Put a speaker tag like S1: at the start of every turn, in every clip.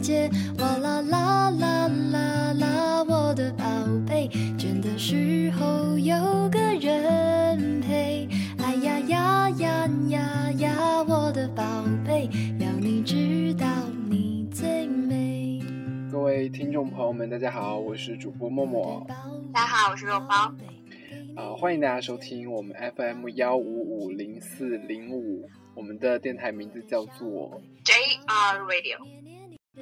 S1: 界，哇啦啦啦啦啦，我的宝贝，倦的时候有个人陪，哎呀呀呀呀呀，我的宝贝，要你知道你最美。
S2: 各位听众朋友们，大家好，我是主播默默。
S3: 大家好我是肉包。
S2: 啊、欢
S1: 嗯
S2: 迎大家收听我们 FM 幺五五零四零五，我们的电台名字叫做
S3: JR Radio。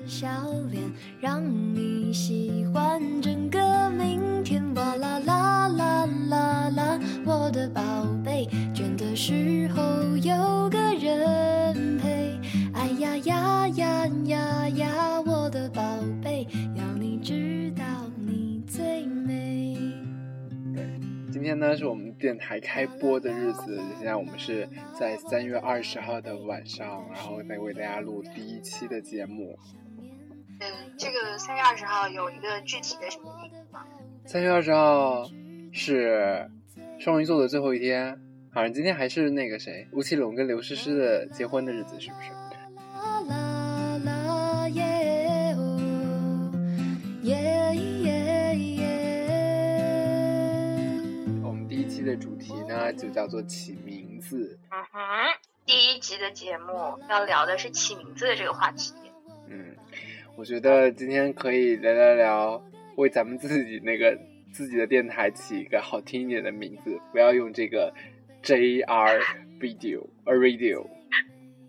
S1: 笑脸，让你喜欢整个明天。哇啦啦啦啦啦，我的宝贝，倦的时候有个人陪。哎呀呀呀呀呀，我的宝贝，要你知道你最美。
S2: 今天呢是我们电台开播的日子，现在我们是在三月二十号的晚上，然后再为大家录第一期的节目。
S3: 嗯，这个三月二十号有一个具体的什么意义吗？
S2: 三月二十号是双鱼座的最后一天，好像今天还是那个谁，吴奇隆跟刘诗诗的结婚的日子，是不是？
S1: 啦啦啦耶哦，耶耶耶。
S2: 我们第一期的主题呢就叫做起名字，
S3: 嗯哼，第一集的节目要聊的是起名字的这个话题。
S2: 嗯，我觉得今天可以聊聊聊，为咱们自己那个自己的电台起一个好听一点的名字，不要用这个 JR Radio 呃 Radio，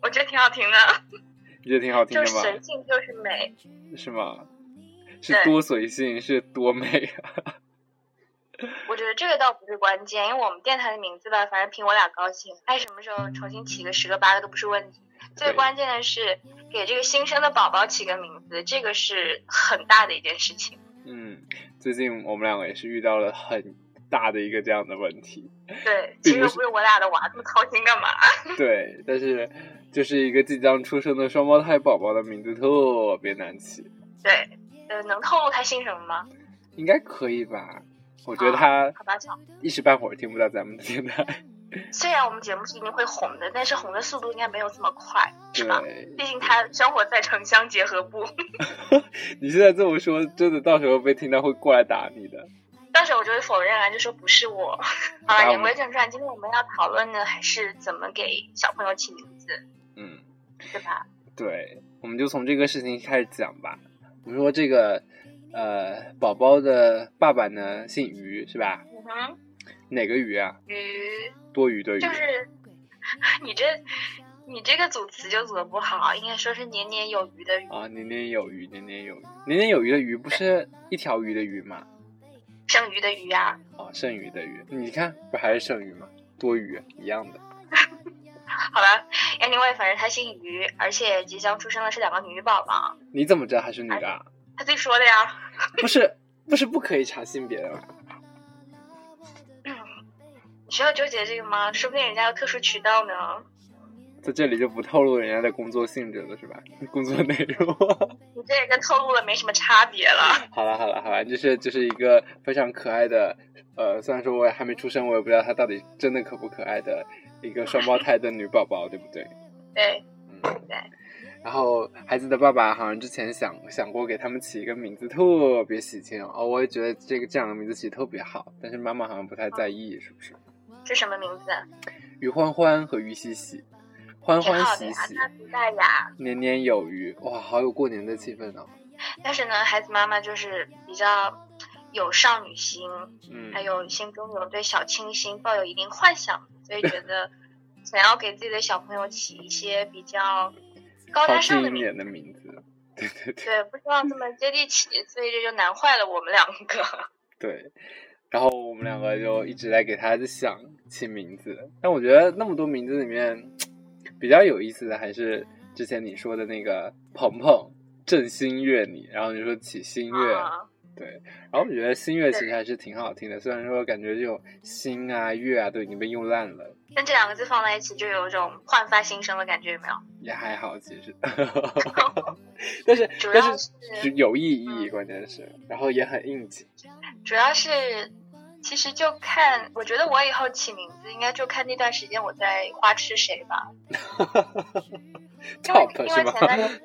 S3: 我觉得挺好听的，
S2: 你觉得挺好听
S3: 就
S2: 的
S3: 是神
S2: 吗？
S3: 性就是美。
S2: 是吗？是
S3: 对
S2: 多随性，是多美。啊
S3: 我觉得这个倒不是关键，因为我们电台的名字吧，反正凭我俩高兴，爱什么时候重新起个十个八个都不是问题。最
S2: 对
S3: 关键的是给这个新生的宝宝起个名字，这个是很大的一件事情。
S2: 嗯，最近我们两个也是遇到了很大的一个这样的问 题，
S3: 对，
S2: 并
S3: 其实
S2: 不
S3: 又
S2: 是
S3: 不是我俩的娃，这么操心干嘛？
S2: 对，但是就是一个即将出生的双胞胎宝宝的名字特别难起，
S3: 对，呃，能透露他姓什么吗？
S2: 应该可以吧？我觉得
S3: 啊
S2: 他
S3: 好吧，巧。
S2: 一时半会儿听不到咱们的电 台，
S3: 虽然我们节目是一定会红的，但是红的速度应该没有这么快，是吧？
S2: 对，
S3: 毕竟他生活在城乡结合部，
S2: 你现在这么说，真的到时候被听到会过来打你的。
S3: 到时候我就会否认啊，就说不是我。好
S2: 那我
S3: 了，
S2: 们
S3: 言归正传，今天我们要讨论的还是怎么给小朋友起名字，
S2: 嗯，
S3: 对吧？
S2: 对，我们就从这个事情开始讲吧。我们说这个，呃，宝宝的爸爸呢姓于是吧？
S3: 嗯哼，
S2: 哪个于啊？
S3: 鱼
S2: 多余的余。
S3: 就是 你这你这个组词就组的不好，应该说是年年有余的余。
S2: 啊，年年有余，年年有余，年年有余的余不是一条鱼的鱼吗？
S3: 剩余的余啊，
S2: 啊，剩余的余，你看不还是剩余吗？多余一样的。
S3: 好吧，anyway，反正他姓于，而且即将出生的是两个女宝宝，
S2: 你怎么知道她是女的啊？
S3: 他自己说的呀。
S2: 不是，不是不可以查性别的吗？
S3: 你需要纠结这个吗？说不定人家有特殊渠道呢。
S2: 在这里就不透露人家的工作性质了，是吧？工作内容。
S3: 你这也跟透露了没什么差别了。
S2: 好了好了好了，就是就是一个非常可爱的，呃，虽然说我也还没出生，我也不知道她到底真的可不可爱的一个双胞胎的女宝宝，对不对？
S3: 对，
S2: 然后孩子的爸爸好像之前想想过给他们起一个名字，特别喜庆哦，我也觉得这个这样的名字起得特别好，但是妈妈好像不太在意，是不是？
S3: 是什么名字？啊
S2: 于欢欢和于喜喜，欢嗯
S3: 挺
S2: 欢
S3: 好的
S2: 喜
S3: 呀，
S2: 喜，
S3: 大不大呀。
S2: 年年有余，哇，好有过年的气氛哦。
S3: 但是呢，孩子妈妈就是比较有少女心，
S2: 嗯，
S3: 还有心中有对小清新抱有一定幻想，所以觉 得想要给自己的小朋友起一些比较高
S2: 好
S3: 大上的
S2: 听一
S3: 名字。
S2: 点的名字，对对对
S3: 对，不希望这么接地气，所以这就难坏了我们两个。
S2: 对。然后我们两个就
S3: 嗯
S2: 一直在给孩子想起名字，但我觉得那么多名字里面，比较有意思的还是之前你说的那个鹏鹏。正新月你，然后你说起新 月，
S3: 啊，
S2: 然后我觉得新月其实还是挺好听的，虽然说感觉这种新啊月啊都已经被用烂了，
S3: 但这两个字放在一起，就有一种焕发新生的感觉，有没有？
S2: 也还好其 实，但是
S3: 主
S2: 但
S3: 要
S2: 是
S3: 是
S2: 是有意义，
S3: 嗯
S2: 关键是，然后也很应景，
S3: 主要是，其实就看，我觉得我以后起名字应该就看那段时间我在花痴谁吧，因为
S2: top
S3: 因
S2: 是
S3: 为
S2: 吗
S3: 前段时间，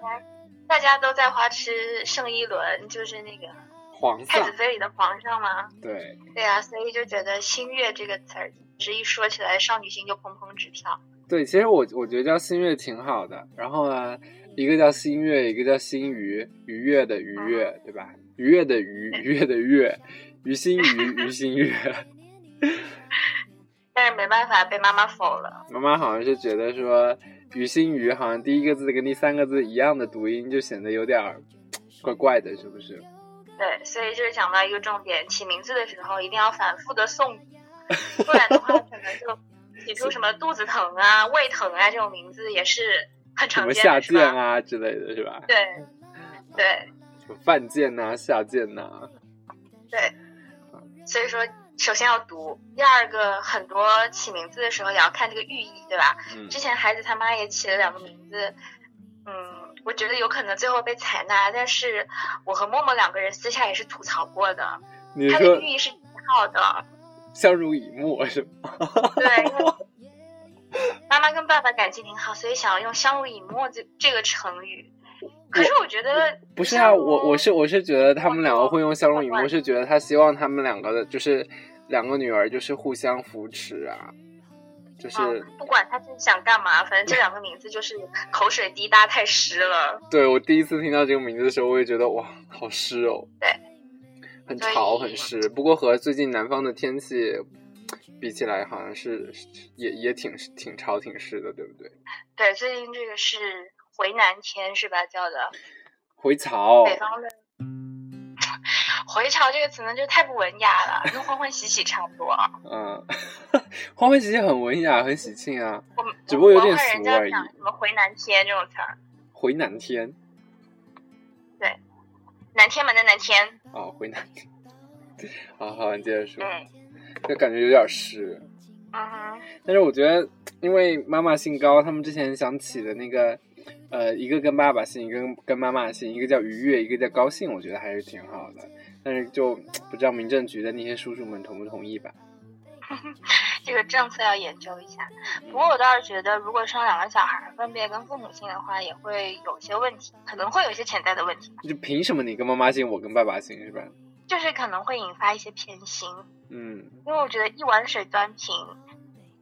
S3: 大家都在花痴圣一轮，就是那个
S2: 皇
S3: 《太子
S2: 上，
S3: 妃》里的皇上嘛。
S2: 对，
S3: 对啊，所以就觉得“星月”这个词儿，是一说起来，少女心就砰砰直跳。
S2: 对，其实我我觉得叫新月挺好的。然后呢，一个叫新月，一个叫新鱼，愉悦的
S3: 啊
S2: 愉悦，对吧？愉悦的愉，愉悦的悦，于心鱼，于心 悦。
S3: 但是没办法，被妈妈否了。
S2: 妈妈好像是觉得说，于心鱼好像第一个字跟第三个字一样的读音，就显得有点儿怪怪的，是不是？
S3: 对，所以就是讲到一个重点，起名字的时候一定要反复的诵读，不然的话可能就起出什么肚子疼啊、胃疼啊这种名字也是很
S2: 什
S3: 常
S2: 么
S3: 见
S2: 下
S3: 的，是
S2: 贱
S3: 吧？
S2: 啊之类的，是吧？
S3: 对，对，
S2: 什么犯贱呐、下贱呐、
S3: 对，所以说首先要读，第二个很多起名字的时候也要看这个寓意，对吧？
S2: 嗯，
S3: 之前孩子他妈也起了两个名字，嗯，我觉得有可能最后被采纳，但是我和默默两个人私下也是吐槽过的，
S2: 你
S3: 它的
S2: 说
S3: 寓意是一号的，
S2: 相濡以沫是吗？
S3: 对，因为妈妈跟爸爸感情挺好，所以想要用“相濡以沫”这这个成语。可是我觉得
S2: 不是啊，
S3: 相濡
S2: 我我是我是觉得他们两个会用相濡以
S3: 我
S2: 沫，
S3: 我
S2: 是觉得他希望他们两个的就是两个女儿就是互相扶持啊，就是、
S3: 嗯，不管他是想干嘛，反正这两个名字就是口水滴答太湿了。
S2: 对我第一次听到这个名字的时候，我也觉得哇，好湿哦，
S3: 对，
S2: 很潮
S3: 所以
S2: 很湿。不过和最近南方的天气比起来，好像是也也挺挺潮挺湿的，对不对？
S3: 对，最近这个是回南天是吧？叫
S2: 哦
S3: 的
S2: 回潮，
S3: 北方的。回潮这个词呢，就太不文雅了，跟欢欢喜喜差不多。啊
S2: 嗯， 欢欢喜喜很文雅，很喜庆啊。
S3: 我们
S2: 只不过有点
S3: 文化人
S2: 俗
S3: 家
S2: 而已
S3: 讲什么回南天这种词儿，
S2: 回南天
S3: 南天门的南天，
S2: 啊、回南天。 好好，你接着说。
S3: 嗯
S2: 就感觉有点湿。
S3: 嗯哼。
S2: 但是我觉得，因为妈妈姓高，他们之前想起的那个，呃，一个跟爸爸姓，一个跟跟妈妈姓，一个叫愉悦，一个叫高兴，我觉得还是挺好的。但是就不知道民政局的那些叔叔们同不同意吧？
S3: 这个政策要研究一下。不过我倒是觉得，如果生两个小孩分别跟父母姓的话，也会有些问题，可能会有一些潜在的问题，
S2: 就凭什么你跟妈妈姓，我跟爸爸姓是吧？
S3: 就是可能会引发一些偏心。
S2: 嗯，
S3: 因为我觉得一碗水端平，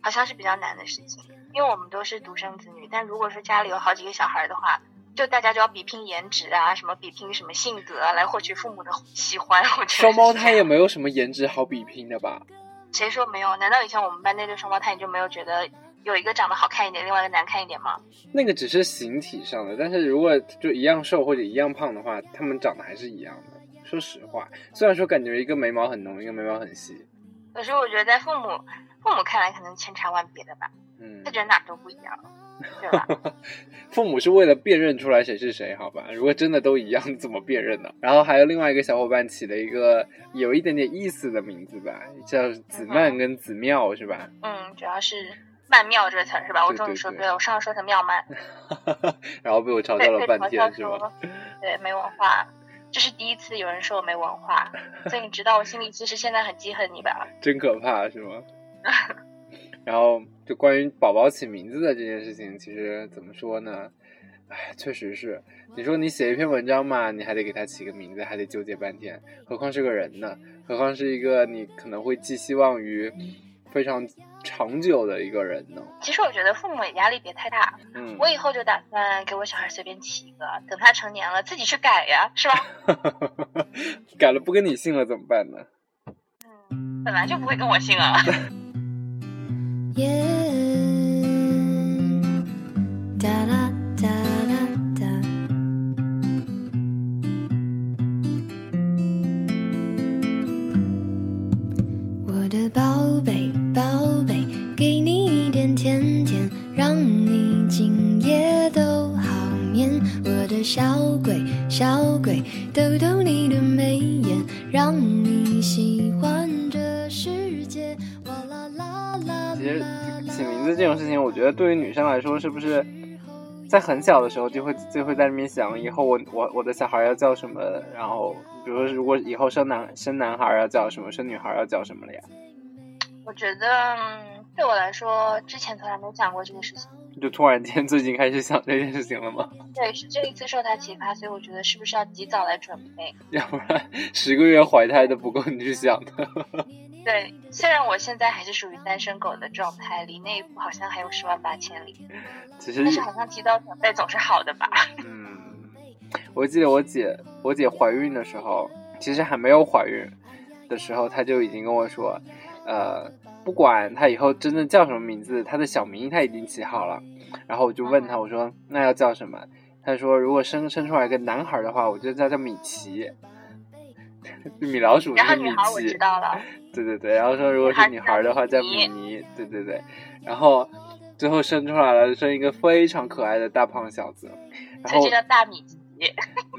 S3: 好像是比较难的事情，因为我们都是独生子女，但如果说家里有好几个小孩的话。就大家就要比拼颜值啊，什么比拼什么性格啊，来获取父母的喜欢。我觉得
S2: 双胞胎也
S3: 有
S2: 没有什么颜值好比拼的吧？
S3: 谁说没有？难道以前我们班那对双胞胎你就没有觉得有一个长得好看一点，另外一个难看一点吗？
S2: 那个只是形体上的，但是如果就一样瘦或者一样胖的话，他们长得还是一样的。说实话，虽然说感觉一个眉毛很浓，一个眉毛很细，
S3: 可是我觉得在父母父母看来可能千差万别的吧，
S2: 嗯，
S3: 他觉得哪儿都不一样，对 吧？
S2: 父母是为了辨认出来谁是谁，好吧？如果真的都一样，怎么辨认呢？然后还有另外一个小伙伴起了一个有一点点意思的名字吧，叫子曼跟子妙，是吧？
S3: 嗯，主要是曼妙这个词儿是吧？我
S2: 对
S3: 终于
S2: 对
S3: 说
S2: 对
S3: 对了，我上次说成妙曼，
S2: 然后被我嘲
S3: 被
S2: 笑了
S3: 被
S2: 半
S3: 嘲笑
S2: 天，是吧？
S3: 说对没文化。这是第一次有人说我没文化，所以你知道我心里其实现在很记恨你吧？
S2: 真可怕，是吗？ 然后就关于宝宝起名字的这件事情，其实怎么说呢？哎，确实是，你说你写一篇文章嘛，你还得给他起个名字，还得纠结半天，何况是个人呢？何况是一个你可能会寄希望于非常长久的一个人呢？
S3: 其实我觉得父母也压力别太大，
S2: 嗯，
S3: 我以后就打算给我小孩随便起一个，等他成年了自己去改呀，是吧？
S2: 改了不跟你姓了怎么办呢？
S3: 嗯，本来就不会跟我姓啊。
S1: 耶，哒啦哒啦哒。我的宝贝，宝贝，给你一点甜甜，让你今夜都好眠。我的小鬼，小鬼，逗逗你的眉眼，让你喜欢这世界。哇啦啦啦
S2: 其实
S1: 啦啦
S2: 起名字这种事情，我觉得对于女生来说，是不是在很小的时候就会就会在那边想，以后我我我的小孩要叫什么？然后，比如说，如果以后生男生男孩要叫什么，生女孩要叫什么了呀？
S3: 我觉得、嗯对我来说，之前从来没有想过这个事情。
S2: 你就突然间最近开始想这件事情了吗？
S3: 对，是这一次受他启发，所以我觉得是不是要及早来准备？
S2: 要不然十个月怀胎都不够你去想的。
S3: 对，虽然我现在还是属于单身狗的状态，离那一步好像还有十万八千里，
S2: 其实
S3: 但，是好像提早准备总是好的吧？
S2: 嗯，我记得我姐，我姐怀孕的时候，其实还没有怀孕的时候，她就已经跟我说，呃，不管她以后真的叫什么名字，她的小名她已经起好了。然后我就问她，
S3: 嗯
S2: 我说那要叫什么？她说如果生生出来个男孩的话，我就叫叫米奇。 米老鼠
S3: 嗯然后
S2: 是
S3: 女
S2: 米
S3: 孩我
S2: 奇
S3: 知，道了，
S2: 对对对，然后说如果是女孩的话叫米妮，对对对，然后最后生出来了，生一个非常可爱的大胖小子，然
S3: 所以
S2: 后
S3: 就叫大米奇。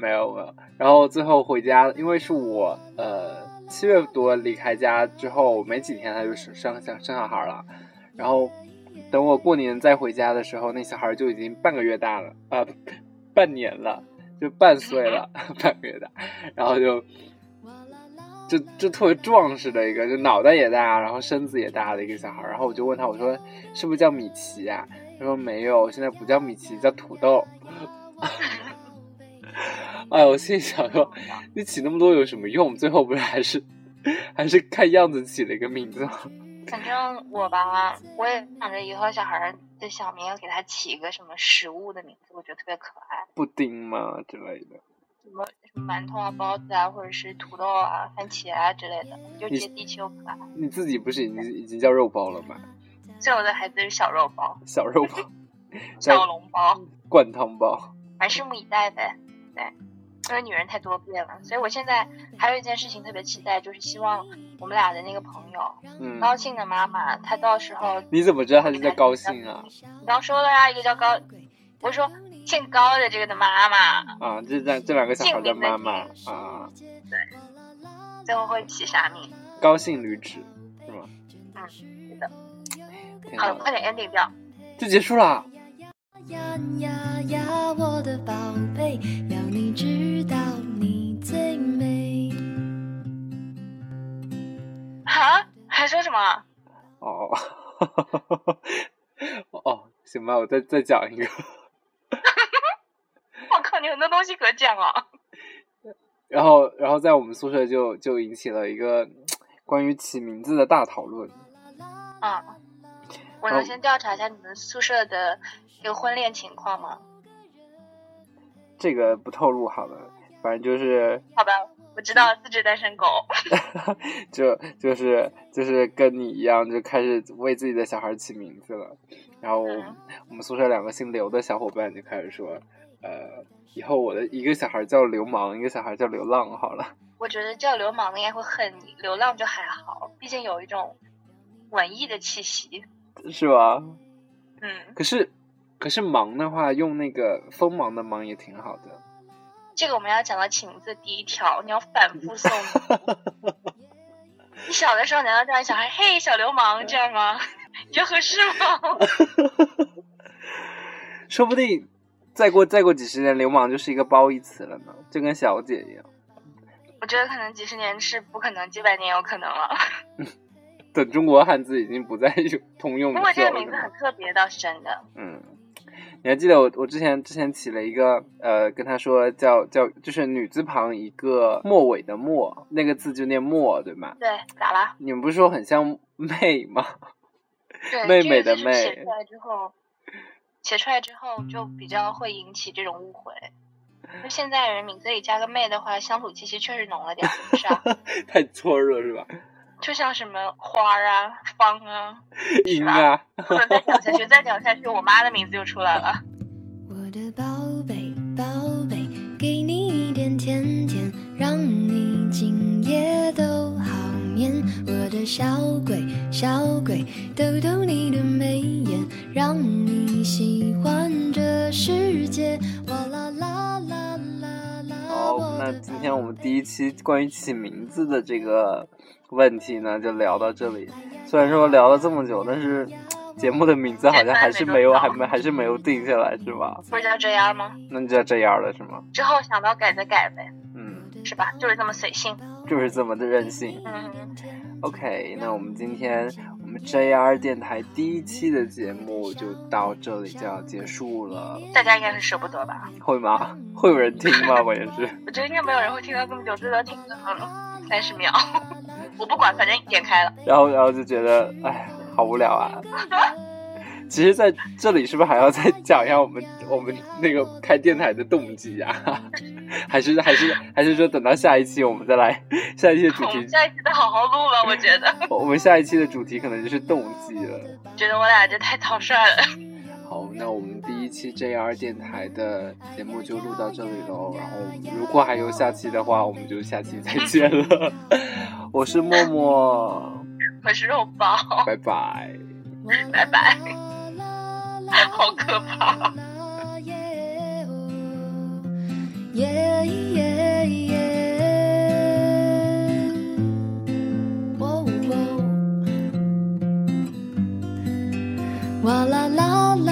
S2: 没有没有，然后最后回家，因为是我呃七月多离开家之后没几天他就生生生生小孩了，然后等我过年再回家的时候，那小孩就已经半个月大了啊、呃半年了，就半岁了， 半个月大，然后就就就特别壮实的一个，就脑袋也大，然后身子也大的一个小孩。然后我就问他，我说是不是叫米奇啊？他说没有，现在不叫米奇，叫土豆。 哎，我心里想说，
S3: 嗯啊
S2: 你起那么多有什么用？最后不是还是还是看样子起了一个名字吗？
S3: 反正我吧，我也想着以后小孩儿的小名给他起一个什么食物的名字，我觉得特别可爱，
S2: 布丁吗之类的？
S3: 什么什么馒头啊、包子啊，或者是土豆啊、番茄啊之类的，又
S2: 你
S3: 接地气又可爱。
S2: 你自己不是已经已经叫肉包了吗？
S3: 所以我的孩子是小肉包、
S2: 小肉包、
S3: 小笼包，
S2: 灌汤包，
S3: 还拭目以待呗。对，因为女人太多变了，所以我现在还有一件事情特别期待，就是希望我们俩的那个朋友
S2: 嗯。
S3: 高兴的妈妈，她到时候
S2: 你怎么知道他是在高兴 啊？
S3: 你刚说了呀、一个叫高，我说姓高的这个的妈妈。
S2: 啊，这这这两个小孩叫妈妈啊，
S3: 嗯最后会起啥名？
S2: 高兴驴齿是吗？
S3: 嗯，
S2: 是
S3: 的。
S2: 天
S3: 好了，
S2: 哪，
S3: 啊快点 ending 掉。
S2: 就结束了。
S1: 呀呀呀，我的宝贝，要你知道你最美。
S3: 哈，啊还说什么？
S2: 哦， 哦，行吧，我再再讲一个。
S3: 我靠，你很多东西可讲哦。
S2: 然后，然后在我们宿舍就就引起了一个关于起名字的大讨论。
S3: 嗯，我能先调查一下你们宿舍的这个婚恋情况吗？
S2: 这个不透露好了，反正就是
S3: 好吧，我知道自制单身狗。
S2: 就就是就是跟你一样，就开始为自己的小孩起名字了。然后我们
S3: 嗯
S2: 我们宿舍两个姓刘的小伙伴就开始说，呃，以后我的一个小孩叫流氓，一个小孩叫流浪，好了。
S3: 我觉得叫流氓的应该会恨你，流浪就还好，毕竟有一种文艺的气息。
S2: 是吧？
S3: 嗯，
S2: 可是，可是忙的话，用那个锋芒的芒也挺好的。
S3: 这个我们要讲到起名字第一条，你要反复诵读。 你小的时候难道叫你小孩“嘿，小流氓”这样吗？你觉得合适吗？
S2: 说不定再过再过几十年，流氓就是一个褒义词了呢，就跟小姐一样。
S3: 我觉得可能几十年是不可能，几百年有可能了。
S2: 等中国汉字已经不再用通用
S3: 不
S2: 的
S3: 过
S2: 时
S3: 这个
S2: 候
S3: 名字
S2: 了
S3: 很特别，倒是真的。
S2: 嗯，你还记得我我之前之前起了一个呃，跟他说叫叫就是女字旁一个末尾的末，那个字就念末，对吗？
S3: 对，咋啦？
S2: 你们不是说很像妹吗？
S3: 对，
S2: 妹
S3: 这
S2: 妹
S3: 个
S2: 的
S3: 字
S2: 妹
S3: 写出来之后，写出来之后就比较会引起这种误会。就现在人名字里加个“妹”的话，乡土气息确实浓了点儿，是啊，
S2: 太搓热是吧？
S3: 就像什么花儿啊、芳啊，
S2: 音啊，
S3: 或者再讲 下去，再讲下去，我妈的名字就出来了。
S1: 我的宝贝，宝贝，给你一点甜甜，让你今夜都好眠。我的小鬼，小鬼，逗逗你的眉眼，让你喜欢这世界。哇啦啦啦啦啦！
S2: 好，那今天我们第一期关于起名字的这个问题呢，就聊到这里。虽然说聊了这么久，但是节目的名字好像还是没有，还没还是没有定下来，是吧？
S3: 不是叫这样吗？
S2: 那就叫这样了，是吗？
S3: 之后想到改再改呗，
S2: 嗯，
S3: 是吧？就是这么随性。
S2: 就是这么的任性。
S3: 嗯，
S2: OK，那我们今天我们们 JR 电台第一期的节目就到这里就要结束了，
S3: 大家应该是舍不得吧？
S2: 会吗？ 会有人听吗？关键是，
S3: 我觉得应该没有人会听到这么久，最多听个三十秒。 我不管，反正点开了。
S2: 然后然后就觉得，哎，好无聊啊。 其实，在这里是不是还要再讲一下我们 我们那个开电台的动机呀、 还是还是还是说等到下一期我们再来， 下一期的主
S3: 我
S2: 题
S3: 们，下一期再好好录吧，我觉得，
S2: 我们下一期的主题可能就是动机了。
S3: 觉得我俩这太草率了。
S2: 好，那我们第一期 JR 电台的节目就录到这里喽。然后如果还有下期的话，我们就下期再见了。 我是默默，
S3: 我是肉包，
S2: 拜拜。
S3: 拜拜，好
S1: 好
S3: 可怕。
S1: 耶耶耶！哇啦啦啦哎